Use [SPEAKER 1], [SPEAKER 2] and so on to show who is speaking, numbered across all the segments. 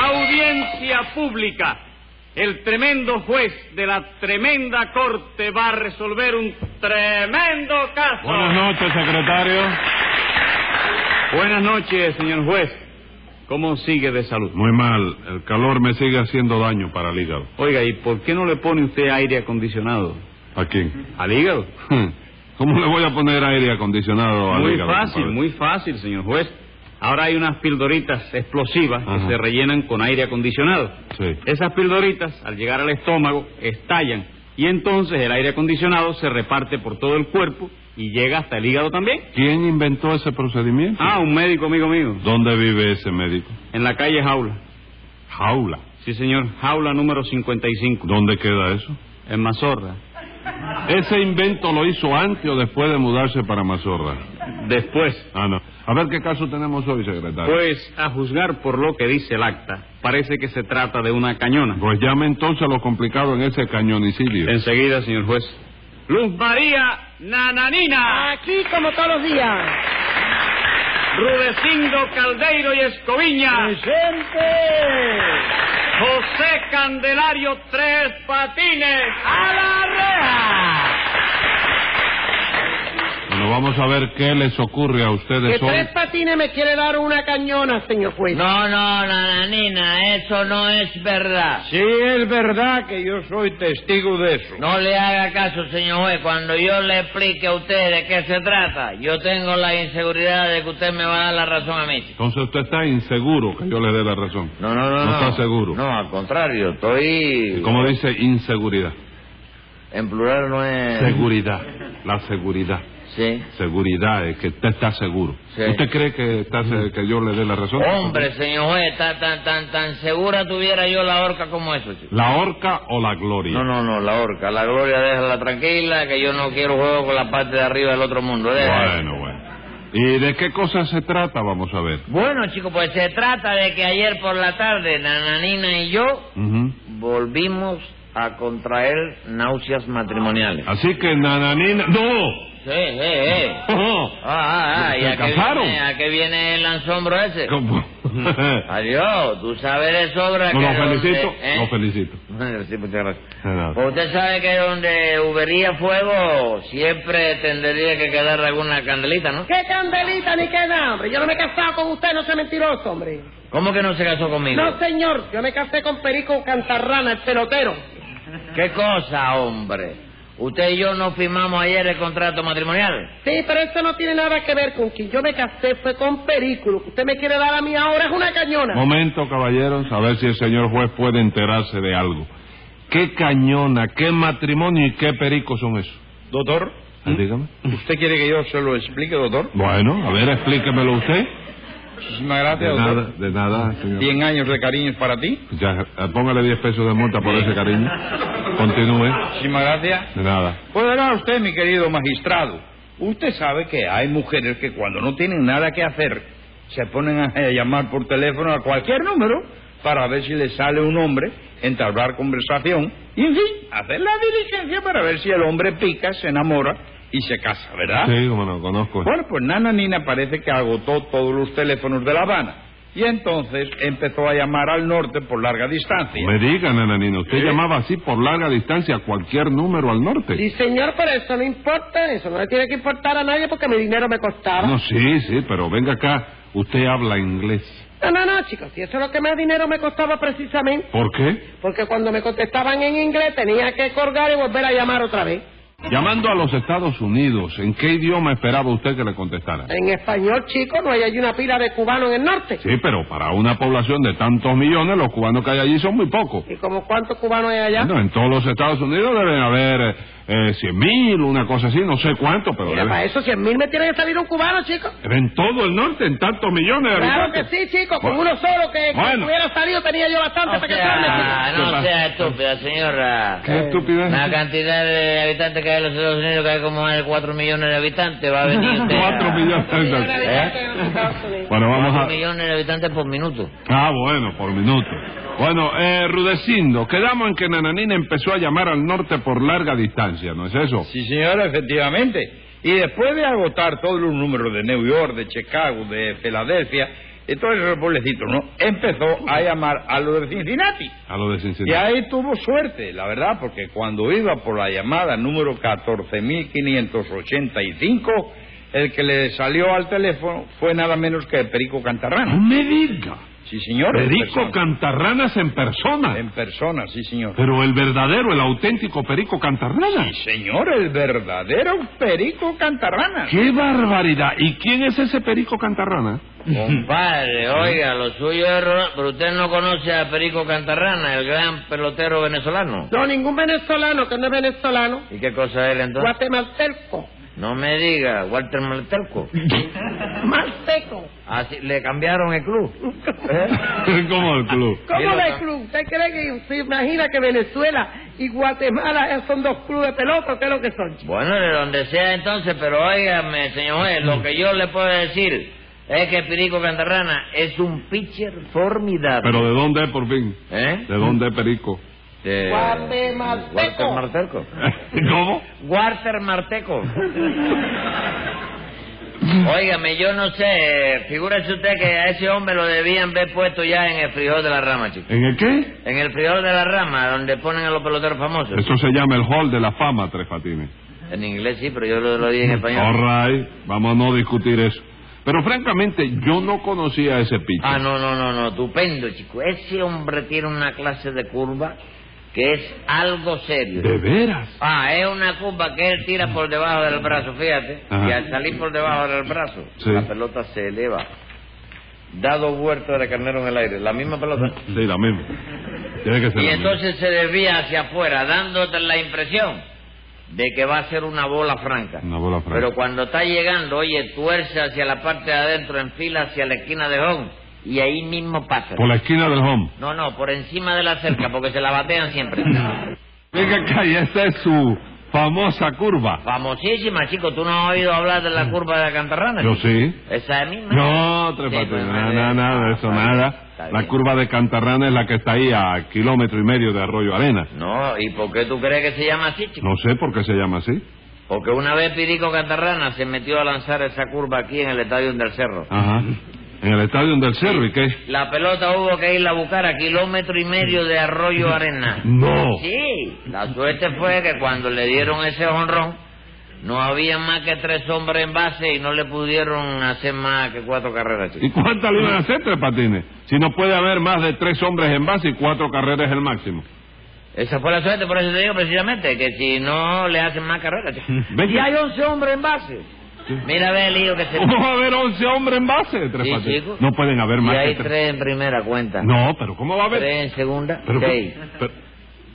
[SPEAKER 1] audiencia pública. El tremendo juez de la tremenda corte va a resolver un tremendo caso.
[SPEAKER 2] Buenas noches, secretario.
[SPEAKER 1] Buenas noches, señor juez. ¿Cómo sigue de salud?
[SPEAKER 2] Muy mal. El calor me sigue haciendo daño para el hígado.
[SPEAKER 1] Oiga, ¿y por qué no le pone usted aire acondicionado?
[SPEAKER 2] ¿A quién?
[SPEAKER 1] ¿Al hígado?
[SPEAKER 2] Hmm. ¿Cómo le voy a poner aire acondicionado al
[SPEAKER 1] Muy
[SPEAKER 2] hígado?
[SPEAKER 1] fácil,
[SPEAKER 2] compadre?
[SPEAKER 1] muy fácil, señor juez. Ahora hay unas pildoritas explosivas
[SPEAKER 2] Ajá.
[SPEAKER 1] que se rellenan con aire acondicionado.
[SPEAKER 2] Sí.
[SPEAKER 1] Esas pildoritas, al llegar al estómago, estallan. Y entonces el aire acondicionado se reparte por todo el cuerpo y llega hasta el hígado también.
[SPEAKER 2] ¿Quién inventó ese procedimiento?
[SPEAKER 1] Ah, un médico amigo mío.
[SPEAKER 2] ¿Dónde vive ese médico?
[SPEAKER 1] En la calle Jaula.
[SPEAKER 2] Jaula.
[SPEAKER 1] Sí, señor. Jaula número 55.
[SPEAKER 2] ¿Dónde queda eso?
[SPEAKER 1] En Mazorra.
[SPEAKER 2] ¿Ese invento lo hizo antes o después de mudarse para Mazorra?
[SPEAKER 1] Después.
[SPEAKER 2] Ah, no. A ver qué caso tenemos hoy, secretario.
[SPEAKER 1] Pues, a juzgar por lo que dice el acta, parece que se trata de una cañona.
[SPEAKER 2] Pues llame entonces a lo complicado en ese cañonicidio.
[SPEAKER 1] Enseguida, señor juez. Luz María Nananina,
[SPEAKER 3] Aquí como todos los días.
[SPEAKER 1] Rudecindo Caldeiro y Escoviña,
[SPEAKER 3] ¡Presente!
[SPEAKER 1] José Candelario Tres Patines.
[SPEAKER 3] ¡A la reja!
[SPEAKER 2] Bueno, vamos a ver qué les ocurre a
[SPEAKER 3] Que
[SPEAKER 2] ustedes hoy.
[SPEAKER 3] tres patines me quiere dar una cañona, señor juez.
[SPEAKER 4] No, no, nananina, eso no es verdad.
[SPEAKER 5] Sí, es verdad que yo soy testigo de eso.
[SPEAKER 4] No le haga caso, señor juez. Cuando yo le explique a usted de qué se trata, yo tengo la inseguridad de que usted me va a dar la razón a mí.
[SPEAKER 2] Entonces usted está inseguro que yo le dé la razón.
[SPEAKER 4] No, no, no.
[SPEAKER 2] No está seguro.
[SPEAKER 4] No, al contrario, estoy...
[SPEAKER 2] Como dice inseguridad.
[SPEAKER 4] En plural no es...
[SPEAKER 2] Seguridad. La seguridad.
[SPEAKER 4] Sí.
[SPEAKER 2] Seguridad es que usted está seguro.
[SPEAKER 4] Sí.
[SPEAKER 2] ¿Usted cree que, está se- que yo le dé la razón?
[SPEAKER 4] Hombre, señor juez, está tan, tan, tan segura tuviera yo la horca como eso, chico.
[SPEAKER 2] ¿La horca o la gloria?
[SPEAKER 4] No, no, no, la horca. La gloria déjala tranquila, que yo no quiero juego con la parte de arriba del otro mundo. déjala.
[SPEAKER 2] Bueno, bueno. ¿Y de qué cosa se trata? Vamos a ver.
[SPEAKER 4] Bueno, chicos, pues se trata de que ayer por la tarde, Nananina y yo
[SPEAKER 2] Ujú.
[SPEAKER 4] volvimos a contraer náuseas matrimoniales.
[SPEAKER 2] Así que Nananina... ¡No!
[SPEAKER 4] Sí, eh, eh. Ah, ah, ah, ¿y
[SPEAKER 2] ¿Se
[SPEAKER 4] a qué,
[SPEAKER 2] casaron?
[SPEAKER 4] viene, a qué viene el ansombro ese?
[SPEAKER 2] ¿Cómo?
[SPEAKER 4] Adiós, tú sabes de sobra
[SPEAKER 2] No,
[SPEAKER 4] que
[SPEAKER 2] lo
[SPEAKER 4] donde-
[SPEAKER 2] felicito, Ah.
[SPEAKER 4] ¿eh?
[SPEAKER 2] lo felicito.
[SPEAKER 4] Bueno, sí, muchas gracias.
[SPEAKER 2] De nada.
[SPEAKER 4] Pues usted sabe que donde hubiera fuego siempre tendría que quedar alguna candelita, ¿no?
[SPEAKER 3] ¡Qué candelita ni qué nada, hombre! Yo no me he casado con usted, no sea mentiroso, hombre.
[SPEAKER 4] ¿Cómo que no se casó conmigo?
[SPEAKER 3] No, señor, yo me casé con Perico Cantarrana, el pelotero.
[SPEAKER 4] ¿Qué cosa, hombre? Usted y yo no firmamos ayer el contrato matrimonial.
[SPEAKER 3] Sí, pero eso no tiene nada que ver con quien yo me casé, fue con Perico. Lo que usted me quiere dar a mí ahora es una cañona.
[SPEAKER 2] Momento, caballeros, a ver si el señor juez puede enterarse de algo. ¿Qué cañona, qué matrimonio y qué perico son esos?
[SPEAKER 5] Doctor,
[SPEAKER 2] Ah, Dígame.
[SPEAKER 5] ¿usted quiere que yo se lo explique, doctor?
[SPEAKER 2] Bueno, a ver, explíquemelo usted.
[SPEAKER 5] Muchísimas
[SPEAKER 2] De
[SPEAKER 5] gracias,
[SPEAKER 2] nada,
[SPEAKER 5] doctor.
[SPEAKER 2] de nada, señor.
[SPEAKER 5] Cien años de cariños para ti.
[SPEAKER 2] Ya, eh, póngale 10 pesos de multa por ese cariño. Continúe.
[SPEAKER 5] Muchísimas gracias.
[SPEAKER 2] De nada.
[SPEAKER 5] Pues verá usted, mi querido magistrado, usted sabe que hay mujeres que cuando no tienen nada que hacer se ponen a, a llamar por teléfono a cualquier número para ver si le sale un hombre, entablar conversación y, en fin, hacer la diligencia para ver si el hombre pica, se enamora y se casa, ¿verdad?
[SPEAKER 2] Sí, como no, conozco.
[SPEAKER 5] ¿Ah? Bueno, pues Nana Nina parece que agotó todos los teléfonos de La Habana. Y entonces empezó a llamar al norte por larga distancia.
[SPEAKER 2] Me diga, nananina, usted
[SPEAKER 5] Sí.
[SPEAKER 2] llamaba así por larga distancia a cualquier número al norte.
[SPEAKER 3] Sí, señor, pero eso no importa, eso no le tiene que importar a nadie porque mi dinero me costaba.
[SPEAKER 2] No, sí, sí, pero venga acá, usted habla inglés.
[SPEAKER 3] No, no, no, chicos, si eso es lo que más dinero me costaba precisamente,
[SPEAKER 2] ¿Por qué?
[SPEAKER 3] porque cuando me contestaban en inglés tenía que colgar y volver a llamar otra vez.
[SPEAKER 2] Llamando a los Estados Unidos, ¿en qué idioma esperaba usted que le contestara?
[SPEAKER 3] En español, chicos, no hay allí una pila de cubanos en el norte.
[SPEAKER 2] Sí, pero para una población de tantos millones, los cubanos que hay allí son muy pocos.
[SPEAKER 3] ¿Y como cuántos cubanos hay allá?
[SPEAKER 2] Bueno, en todos los Estados Unidos deben haber eh, cien mil, una cosa así, no sé cuánto, pero
[SPEAKER 3] Mira,
[SPEAKER 2] deben-
[SPEAKER 3] para eso cien mil me tiene que salir un cubano, chicos.
[SPEAKER 2] en todo el norte, en tantos millones de
[SPEAKER 3] Claro que
[SPEAKER 2] habitantes.
[SPEAKER 3] sí, chicos, con
[SPEAKER 2] Bueno.
[SPEAKER 3] uno solo que, que
[SPEAKER 2] Bueno.
[SPEAKER 3] hubiera salido tenía yo bastante
[SPEAKER 4] No
[SPEAKER 3] para casarme. chicos.
[SPEAKER 4] sea,
[SPEAKER 2] ¿Qué pasa?
[SPEAKER 4] no sea estúpida, señora.
[SPEAKER 2] Qué
[SPEAKER 3] Eh,
[SPEAKER 2] estupidez.
[SPEAKER 4] La cantidad de habitantes que hay en los Estados Unidos, que hay como más de 4 millones de habitantes, va a venir usted a-
[SPEAKER 2] Cuatro millones. ¿Eh? Bueno,
[SPEAKER 4] cuatro
[SPEAKER 2] vamos a...
[SPEAKER 4] millones de habitantes por minuto.
[SPEAKER 2] Ah, bueno, por minuto. Bueno, eh, Rudecindo, quedamos en que Nananina empezó a llamar al norte por larga distancia, ¿no es eso?
[SPEAKER 5] Sí, señora, efectivamente. Y después de agotar todos los números de New York, de Chicago, de Filadelfia, Entonces el pobrecito no empezó a llamar a los de Cincinnati.
[SPEAKER 2] A lo de
[SPEAKER 5] Y
[SPEAKER 2] Cincinnati.
[SPEAKER 5] ahí tuvo suerte, la verdad, porque cuando iba por la llamada número 14.585, el que le salió al teléfono fue nada menos que Perico
[SPEAKER 2] No
[SPEAKER 5] Cantarrana.
[SPEAKER 2] me diga.
[SPEAKER 5] Sí, señor. en
[SPEAKER 2] Perico
[SPEAKER 5] persona.
[SPEAKER 2] Cantarranas en persona.
[SPEAKER 5] En persona, sí, señor.
[SPEAKER 2] Pero el verdadero, el auténtico Perico
[SPEAKER 5] Sí,
[SPEAKER 2] Cantarranas.
[SPEAKER 5] señor, el verdadero Perico Cantarrana.
[SPEAKER 2] ¡Qué barbaridad! ¿Y quién es ese Perico Cantarrana?
[SPEAKER 4] Compadre, oiga, lo suyo es... ro- Pero usted no conoce a Perico Cantarrana, el gran pelotero venezolano.
[SPEAKER 3] No, ningún venezolano que no es venezolano.
[SPEAKER 4] ¿Y qué cosa es él entonces?
[SPEAKER 3] Guatemalteco.
[SPEAKER 4] No me diga, Walter Maltelco.
[SPEAKER 3] Malteco.
[SPEAKER 4] Así, le cambiaron el club.
[SPEAKER 2] Como el club.
[SPEAKER 4] ¿Eh? Mira,
[SPEAKER 3] ¿Cómo
[SPEAKER 4] acá.
[SPEAKER 3] de club? ¿Usted cree que se imagina que Venezuela y Guatemala son dos clubes de pelota? o ¿Qué es lo que son?
[SPEAKER 4] Bueno, de donde sea entonces, pero óigame, señor juez,
[SPEAKER 2] Mm.
[SPEAKER 4] lo que yo le puedo decir es que Perico Cantarrana es un pitcher formidable.
[SPEAKER 2] Pero ¿de dónde es, por fin?
[SPEAKER 4] ¿Eh?
[SPEAKER 2] ¿De dónde es Perico?
[SPEAKER 4] De-
[SPEAKER 3] Guatemalteco.
[SPEAKER 4] Walter Marteco.
[SPEAKER 2] ¿Cómo?
[SPEAKER 4] Walter Marteco. Óigame, yo no sé, figúrese usted que a ese hombre lo debían ver puesto ya en el frijol de la rama, chico.
[SPEAKER 2] ¿En el qué?
[SPEAKER 4] En el frijol de la rama, donde ponen a los peloteros famosos.
[SPEAKER 2] Eso se llama el Hall de la Fama, Tres Patines.
[SPEAKER 4] En inglés sí, pero yo lo, lo dije en
[SPEAKER 2] All
[SPEAKER 4] español.
[SPEAKER 2] right, vamos a no discutir eso. Pero francamente, yo no conocía a ese pitcher.
[SPEAKER 4] Ah, no, no, no, no, estupendo, chico. Ese hombre tiene una clase de curva que es algo serio.
[SPEAKER 2] ¿De veras?
[SPEAKER 4] Ah, es una curva que él tira por debajo del brazo, fíjate.
[SPEAKER 2] Ajá.
[SPEAKER 4] Y al salir por debajo del brazo,
[SPEAKER 2] Sí.
[SPEAKER 4] la pelota se eleva. Da dos vueltas de carnero en el aire, la misma pelota.
[SPEAKER 2] Sí, la misma. Tiene que ser
[SPEAKER 4] Y
[SPEAKER 2] la misma.
[SPEAKER 4] entonces se desvía hacia afuera, dándote la impresión de que va a ser una bola franca.
[SPEAKER 2] Una bola franca.
[SPEAKER 4] Pero cuando está llegando, oye, tuerce hacia la parte de adentro, en fila hacia la esquina de home, y ahí mismo pasa.
[SPEAKER 2] Por la esquina del home.
[SPEAKER 4] No, no, por encima de la cerca, porque se la batean siempre.
[SPEAKER 2] Venga acá, y esta es su famosa curva.
[SPEAKER 4] Famosísima, chico, ¿tú no has oído hablar de la curva de la cantarrana?
[SPEAKER 2] Yo
[SPEAKER 4] chico?
[SPEAKER 2] sí.
[SPEAKER 4] Esa es misma.
[SPEAKER 2] No, Tres
[SPEAKER 4] Sí, pues,
[SPEAKER 2] Patines,
[SPEAKER 4] me-
[SPEAKER 2] nada, nada, nada de eso,
[SPEAKER 4] Está bien,
[SPEAKER 2] nada.
[SPEAKER 4] está
[SPEAKER 2] La
[SPEAKER 4] bien.
[SPEAKER 2] curva de Cantarrana es la que está ahí a kilómetro y medio de Arroyo Arenas.
[SPEAKER 4] No, ¿y por qué tú crees que se llama así, chico?
[SPEAKER 2] No sé por qué se llama así.
[SPEAKER 4] Porque una vez Pirico Cantarrana se metió a lanzar esa curva aquí en el estadio del Cerro.
[SPEAKER 2] Ajá. En el estadio del Cerro, ¿y qué?
[SPEAKER 4] La pelota hubo que irla a buscar a kilómetro y medio de Arroyo Arena.
[SPEAKER 2] No.
[SPEAKER 4] Sí, la suerte fue que cuando le dieron ese honrón, no había más que tres hombres en base y no le pudieron hacer más que cuatro carreras. chico.
[SPEAKER 2] ¿Y cuántas le iban a hacer tres patines? Si no puede haber más de tres hombres en base y cuatro carreras es el máximo.
[SPEAKER 4] Esa fue la suerte, por eso te digo precisamente que si no le hacen más carreras. chico.
[SPEAKER 2] Venga.
[SPEAKER 4] Y hay 11 hombres en base. Mira, ve el lío que se.
[SPEAKER 2] ¿Cómo va a haber once hombres en base de tres
[SPEAKER 4] Sí,
[SPEAKER 2] patines?
[SPEAKER 4] chico.
[SPEAKER 2] No pueden haber
[SPEAKER 4] Y
[SPEAKER 2] más
[SPEAKER 4] hay
[SPEAKER 2] que tres.
[SPEAKER 4] tres en primera cuenta.
[SPEAKER 2] No, pero ¿cómo va a haber?
[SPEAKER 4] Tres en segunda.
[SPEAKER 2] Pero,
[SPEAKER 4] seis.
[SPEAKER 2] pero-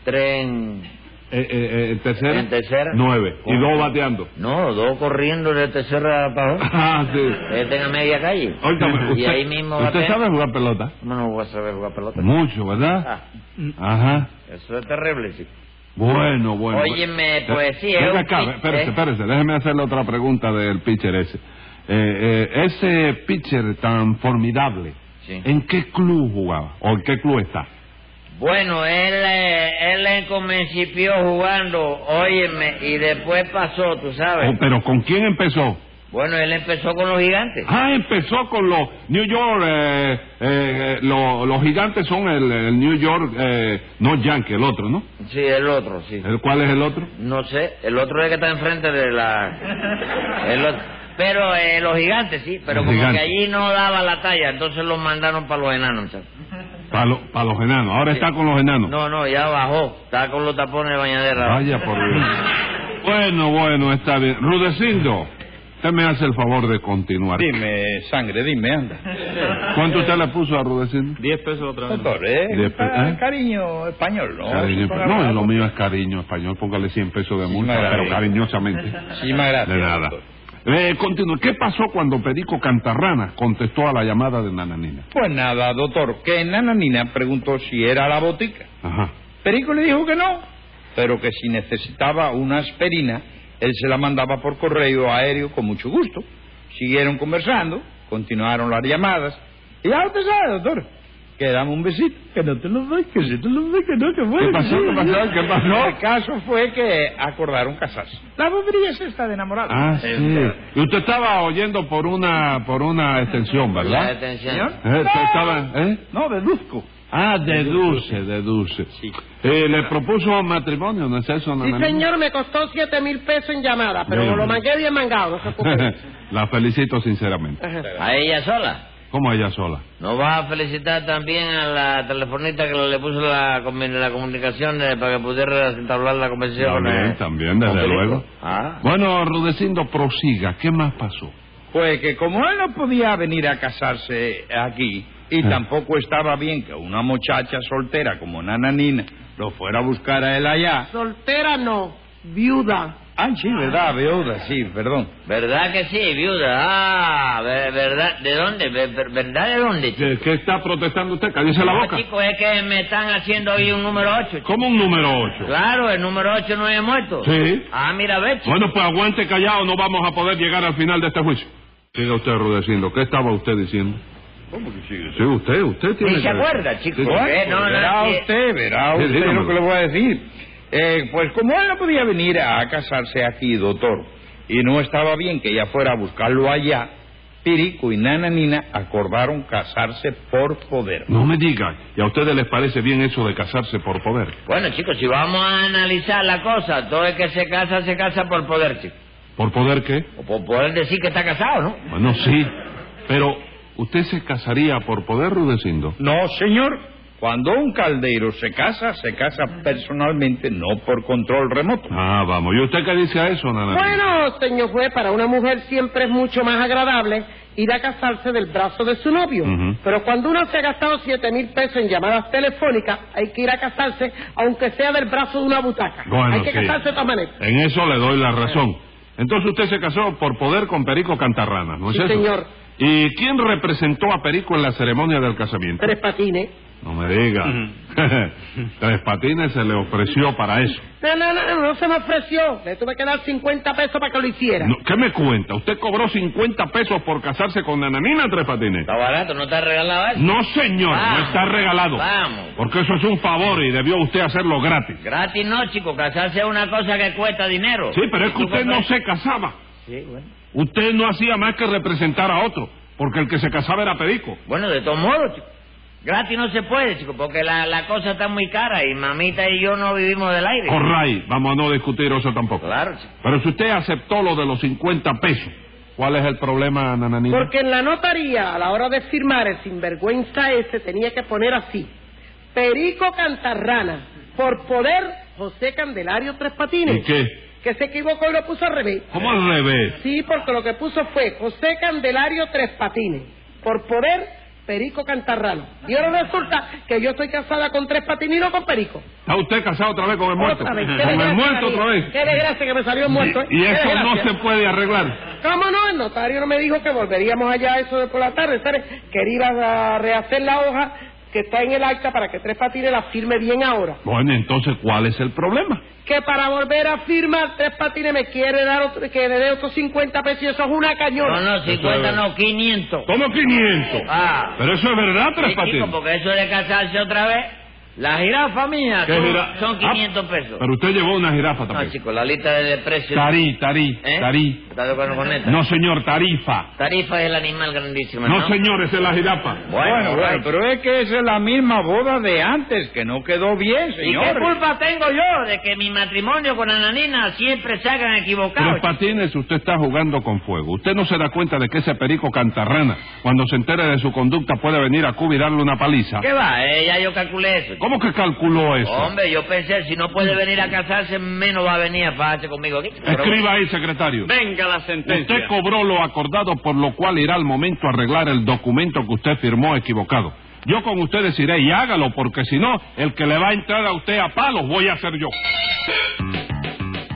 [SPEAKER 4] Tres en.
[SPEAKER 2] eh, eh, eh, tercera,
[SPEAKER 4] En tercera.
[SPEAKER 2] Nueve. Y
[SPEAKER 4] ¿Cómo?
[SPEAKER 2] dos bateando.
[SPEAKER 4] No, dos corriendo de tercera para abajo.
[SPEAKER 2] Ah, sí.
[SPEAKER 4] Ustedes tengan media calle.
[SPEAKER 2] Óigame,
[SPEAKER 4] Eh, y
[SPEAKER 2] usted,
[SPEAKER 4] ahí mismo
[SPEAKER 2] ¿usted
[SPEAKER 4] batean.
[SPEAKER 2] sabe jugar pelota?
[SPEAKER 4] ¿Cómo no voy a saber jugar pelota?
[SPEAKER 2] Mucho, ¿verdad?
[SPEAKER 4] Ah,
[SPEAKER 2] Ajá.
[SPEAKER 4] eso es terrible, chico.
[SPEAKER 2] Bueno, bueno.
[SPEAKER 4] Óyeme,
[SPEAKER 2] bueno.
[SPEAKER 4] pues sí, es
[SPEAKER 2] Venga
[SPEAKER 4] un
[SPEAKER 2] acá,
[SPEAKER 4] pitch,
[SPEAKER 2] espérese,
[SPEAKER 4] ¿eh?
[SPEAKER 2] espérese, déjeme hacerle otra pregunta del pitcher ese. Eh, eh, ese pitcher tan formidable,
[SPEAKER 4] Sí.
[SPEAKER 2] ¿en qué club jugaba? ¿O en qué club está?
[SPEAKER 4] Bueno, él, eh, él comenzó jugando, óyeme, y después pasó, tú sabes.
[SPEAKER 2] Oh, ¿Pero con quién empezó?
[SPEAKER 4] Bueno, él empezó con los gigantes.
[SPEAKER 2] Ah, empezó con los New York, eh, eh, eh, lo- los gigantes son el, el New York, eh, no Yankee, el otro, ¿no?
[SPEAKER 4] Sí, el otro, sí.
[SPEAKER 2] ¿El cuál es el otro?
[SPEAKER 4] No sé, el otro es el que está enfrente de la... el otro. Pero eh, los gigantes, sí, pero
[SPEAKER 2] Los
[SPEAKER 4] como
[SPEAKER 2] gigantes.
[SPEAKER 4] que allí no daba la talla, entonces los mandaron para los enanos. ¿sabes?
[SPEAKER 2] Para los enanos, ahora
[SPEAKER 4] Sí.
[SPEAKER 2] está con los enanos.
[SPEAKER 4] No, no, ya bajó, está con los tapones de bañadera.
[SPEAKER 2] Vaya por Dios. Bueno, bueno, está bien. Rudecindo, usted me hace el favor de continuar.
[SPEAKER 5] Dime, sangre, dime, anda.
[SPEAKER 2] ¿Cuánto usted le puso a Rudecindo?
[SPEAKER 1] Diez pesos otra vez.
[SPEAKER 5] Doctor, ¿eh?
[SPEAKER 2] Y después,
[SPEAKER 5] Ah,
[SPEAKER 2] ¿eh?
[SPEAKER 5] Cariño español, ¿no?
[SPEAKER 2] Cariño,
[SPEAKER 5] Para-
[SPEAKER 2] no, lo mío es cariño español. Póngale 100 pesos de
[SPEAKER 5] Sí,
[SPEAKER 2] multa,
[SPEAKER 5] me
[SPEAKER 2] pero
[SPEAKER 5] agradezco.
[SPEAKER 2] cariñosamente.
[SPEAKER 5] Muchísimas gracias.
[SPEAKER 2] De nada.
[SPEAKER 5] doctor.
[SPEAKER 2] Eh, continúe. ¿Qué pasó cuando Perico Cantarrana contestó a la llamada de Nananina?
[SPEAKER 5] Pues nada, doctor, que Nananina preguntó si era la botica.
[SPEAKER 2] Ajá.
[SPEAKER 5] Perico le dijo que no, pero que si necesitaba una aspirina, él se la mandaba por correo aéreo con mucho gusto. Siguieron conversando, continuaron las llamadas. Y ya usted ah, sabe, doctor, que dame un besito, que no te lo doy, que si te lo doy, que no, que bueno.
[SPEAKER 2] ¿Qué pasó? ¿Qué pasó? ¿Qué pasó?
[SPEAKER 5] El caso fue que acordaron casarse. La bobería es esta de enamorado.
[SPEAKER 2] Ah,
[SPEAKER 5] Eh,
[SPEAKER 2] sí. Y usted estaba oyendo por una por una extensión,
[SPEAKER 4] La
[SPEAKER 2] pues, ¿verdad?
[SPEAKER 4] detención.
[SPEAKER 5] ¿Señor?
[SPEAKER 2] Eh, usted estaba, ¿eh?
[SPEAKER 5] No, deduzco.
[SPEAKER 2] Ah, deduce, deduce.
[SPEAKER 5] Sí.
[SPEAKER 2] Eh, le propuso matrimonio, ¿no es eso,
[SPEAKER 3] Sí,
[SPEAKER 2] Nananina?
[SPEAKER 3] señor, me costó siete mil pesos en llamada, pero
[SPEAKER 2] Bien.
[SPEAKER 3] lo mangué bien mangado, no se preocupe.
[SPEAKER 2] La felicito sinceramente.
[SPEAKER 3] Ajá.
[SPEAKER 4] ¿A ella sola?
[SPEAKER 2] Como ella sola.
[SPEAKER 4] ¿No vas a felicitar también a la telefonista que le puso la, comu- la comunicación eh, para que pudiera entablar la conversación con
[SPEAKER 2] También,
[SPEAKER 4] él?
[SPEAKER 2] también, desde
[SPEAKER 4] Felipe.
[SPEAKER 2] luego.
[SPEAKER 4] Ah.
[SPEAKER 2] Bueno, Rudecindo, prosiga. ¿Qué más pasó?
[SPEAKER 5] Pues que como él no podía venir a casarse aquí y
[SPEAKER 2] Ah.
[SPEAKER 5] tampoco estaba bien que una muchacha soltera como Nananina lo fuera a buscar a él allá.
[SPEAKER 3] Soltera no, viuda.
[SPEAKER 5] Ah, sí, verdad, viuda, sí, perdón.
[SPEAKER 4] ¿Verdad que sí, viuda? Ah, ver- ¿verdad? ¿De dónde? Ver- ver- ¿Verdad de dónde, chico?
[SPEAKER 2] ¿Qué, qué está protestando usted? Cállese la boca.
[SPEAKER 4] No, chico, es que me están haciendo hoy un número 8.
[SPEAKER 2] ¿Cómo un número 8?
[SPEAKER 4] Claro, el número 8 no es muerto.
[SPEAKER 2] Sí.
[SPEAKER 4] Ah, mira, ve, chico.
[SPEAKER 2] Bueno, pues aguante callado, no vamos a poder llegar al final de este juicio. Siga usted, Rudecindo. ¿Qué estaba usted diciendo?
[SPEAKER 5] ¿Cómo que sigue?
[SPEAKER 2] Sí, usted, usted tiene
[SPEAKER 4] Ni se
[SPEAKER 2] que-
[SPEAKER 4] acuerda, chico.
[SPEAKER 2] Sí, sí.
[SPEAKER 4] Bueno, Eh, no, no,
[SPEAKER 5] verá
[SPEAKER 4] sí.
[SPEAKER 5] usted, verá
[SPEAKER 2] Sí,
[SPEAKER 5] usted
[SPEAKER 2] dígamelo.
[SPEAKER 5] lo que le voy a decir. Eh, pues como él no podía venir a casarse aquí, doctor, y no estaba bien que ella fuera a buscarlo allá, Pirico y Nananina acordaron casarse por poder.
[SPEAKER 2] No me diga. ¿Y a ustedes les parece bien eso de casarse por poder?
[SPEAKER 4] Bueno, chicos, si vamos a analizar la cosa, todo el que se casa, se casa por poder, chico.
[SPEAKER 2] ¿Por poder qué?
[SPEAKER 4] O por poder decir que está casado, ¿no?
[SPEAKER 2] Bueno, sí. Pero, ¿usted se casaría por poder, Rudecindo?
[SPEAKER 5] No, señor. Cuando un caldeiro se casa, se casa personalmente, no por control remoto.
[SPEAKER 2] Ah, vamos. ¿Y usted qué dice a eso, Nana?
[SPEAKER 3] Bueno, señor juez, para una mujer siempre es mucho más agradable ir a casarse del brazo de su novio.
[SPEAKER 2] Ujú.
[SPEAKER 3] Pero cuando uno se ha gastado siete mil pesos en llamadas telefónicas, hay que ir a casarse, aunque sea del brazo de una butaca.
[SPEAKER 2] Bueno,
[SPEAKER 3] hay que
[SPEAKER 2] sí.
[SPEAKER 3] casarse de todas maneras.
[SPEAKER 2] En eso le doy la razón. Entonces usted se casó por poder con Perico Cantarrana, ¿no es
[SPEAKER 3] Sí,
[SPEAKER 2] eso?
[SPEAKER 3] señor.
[SPEAKER 2] ¿Y quién representó a Perico en la ceremonia del casamiento?
[SPEAKER 3] Tres patines.
[SPEAKER 2] No me diga. Tres Patines se le ofreció para eso.
[SPEAKER 3] No, no, no, no se me ofreció. Le tuve que dar 50 pesos para que lo hiciera.
[SPEAKER 2] No, ¿Qué me cuenta? ¿Usted cobró 50 pesos por casarse con Nananina Tres Patines?
[SPEAKER 4] Está barato, no está regalado eso.
[SPEAKER 2] No, señor, no
[SPEAKER 4] Vamos.
[SPEAKER 2] está regalado.
[SPEAKER 4] Vamos.
[SPEAKER 2] Porque eso es un favor y debió usted hacerlo gratis.
[SPEAKER 4] Gratis no, chico. Casarse es una cosa que cuesta dinero.
[SPEAKER 2] Sí, pero es que
[SPEAKER 4] ¿Y tú
[SPEAKER 2] usted no
[SPEAKER 4] compras-
[SPEAKER 2] se casaba.
[SPEAKER 4] Sí, bueno.
[SPEAKER 2] Usted no hacía más que representar a otro, porque el que se casaba era Perico.
[SPEAKER 4] Bueno, de todos modos, chico. Gratis no se puede, chico, porque la, la cosa está muy cara y mamita y yo no vivimos del aire.
[SPEAKER 2] Corray, vamos a no discutir eso tampoco.
[SPEAKER 4] Claro, chico.
[SPEAKER 2] Pero si usted aceptó lo de los 50 pesos, ¿cuál es el problema, Nananina?
[SPEAKER 3] Porque en la notaría, a la hora de firmar el sinvergüenza ese, tenía que poner así: Perico Cantarrana, por poder José Candelario Tres Patines.
[SPEAKER 2] ¿Y qué?
[SPEAKER 3] Que se equivocó y lo puso al revés.
[SPEAKER 2] ¿Cómo al revés?
[SPEAKER 3] Sí, porque lo que puso fue José Candelario Tres Patines, por poder Perico Cantarrana. Y ahora resulta que yo estoy casada con Tres Patines y no con Perico.
[SPEAKER 2] ¿Está usted casado otra vez con el muerto?
[SPEAKER 3] Otra vez, qué
[SPEAKER 2] Con el
[SPEAKER 3] desgracia,
[SPEAKER 2] muerto
[SPEAKER 3] David.
[SPEAKER 2] otra vez.
[SPEAKER 3] Qué desgracia que me salió el muerto. ¿eh?
[SPEAKER 2] Y, y
[SPEAKER 3] Qué
[SPEAKER 2] eso no
[SPEAKER 3] desgracia.
[SPEAKER 2] se puede arreglar.
[SPEAKER 3] ¿Cómo no? El notario no me dijo que volveríamos allá eso de por la tarde, ¿sabes? Que él iba a rehacer la hoja que está en el acta para que Tres Patines la firme bien ahora.
[SPEAKER 2] Bueno, entonces, ¿cuál es el problema?
[SPEAKER 3] Que para volver a firmar Tres Patines me quiere dar otro, que le dé otros 50 pesos y eso es una cañona.
[SPEAKER 4] No, no, 50 no, 500.
[SPEAKER 2] ¿Cómo 500?
[SPEAKER 4] Ah.
[SPEAKER 2] Pero eso es verdad, Tres
[SPEAKER 4] Sí,
[SPEAKER 2] Patines.
[SPEAKER 4] chico, porque eso de casarse otra vez, la jirafa mía
[SPEAKER 2] ¿Qué
[SPEAKER 4] son,
[SPEAKER 2] jira-
[SPEAKER 4] son
[SPEAKER 2] Ah,
[SPEAKER 4] 500 pesos.
[SPEAKER 2] Pero usted llevó una jirafa
[SPEAKER 4] No,
[SPEAKER 2] también.
[SPEAKER 4] chico, la lista de precios...
[SPEAKER 2] tarí, tarí,
[SPEAKER 4] ¿Eh?
[SPEAKER 2] tarí.
[SPEAKER 4] ¿Estás de acuerdo con esta?
[SPEAKER 2] No, señor, tarifa.
[SPEAKER 4] Tarifa es el animal grandísimo, ¿no?
[SPEAKER 2] No, señor, esa es la jirafa.
[SPEAKER 5] Bueno,
[SPEAKER 4] Bueno,
[SPEAKER 5] bueno,
[SPEAKER 4] right.
[SPEAKER 5] pero es que esa es la misma boda de antes, que no quedó bien,
[SPEAKER 4] ¿Y qué
[SPEAKER 5] señor.
[SPEAKER 4] culpa tengo yo de que mi matrimonio con Ananina siempre salgan equivocados?
[SPEAKER 2] Tres patines, usted está jugando con fuego. Usted no se da cuenta de que ese perico cantarrana, cuando se entere de su conducta, puede venir a Cuba y darle una paliza.
[SPEAKER 4] ¿Qué va? Eh, ya yo calculé eso.
[SPEAKER 2] ¿Cómo que calculó eso? Mm.
[SPEAKER 4] Hombre, yo pensé, si no puede venir a casarse, menos va a venir a fajarse conmigo aquí. Pero-
[SPEAKER 2] Escriba ahí, secretario.
[SPEAKER 1] Venga la sentencia.
[SPEAKER 2] Usted cobró lo acordado, por lo cual irá al momento a arreglar el documento que usted firmó equivocado. Yo con ustedes iré y hágalo, porque si no, el que le va a entrar a usted a palos voy a ser yo.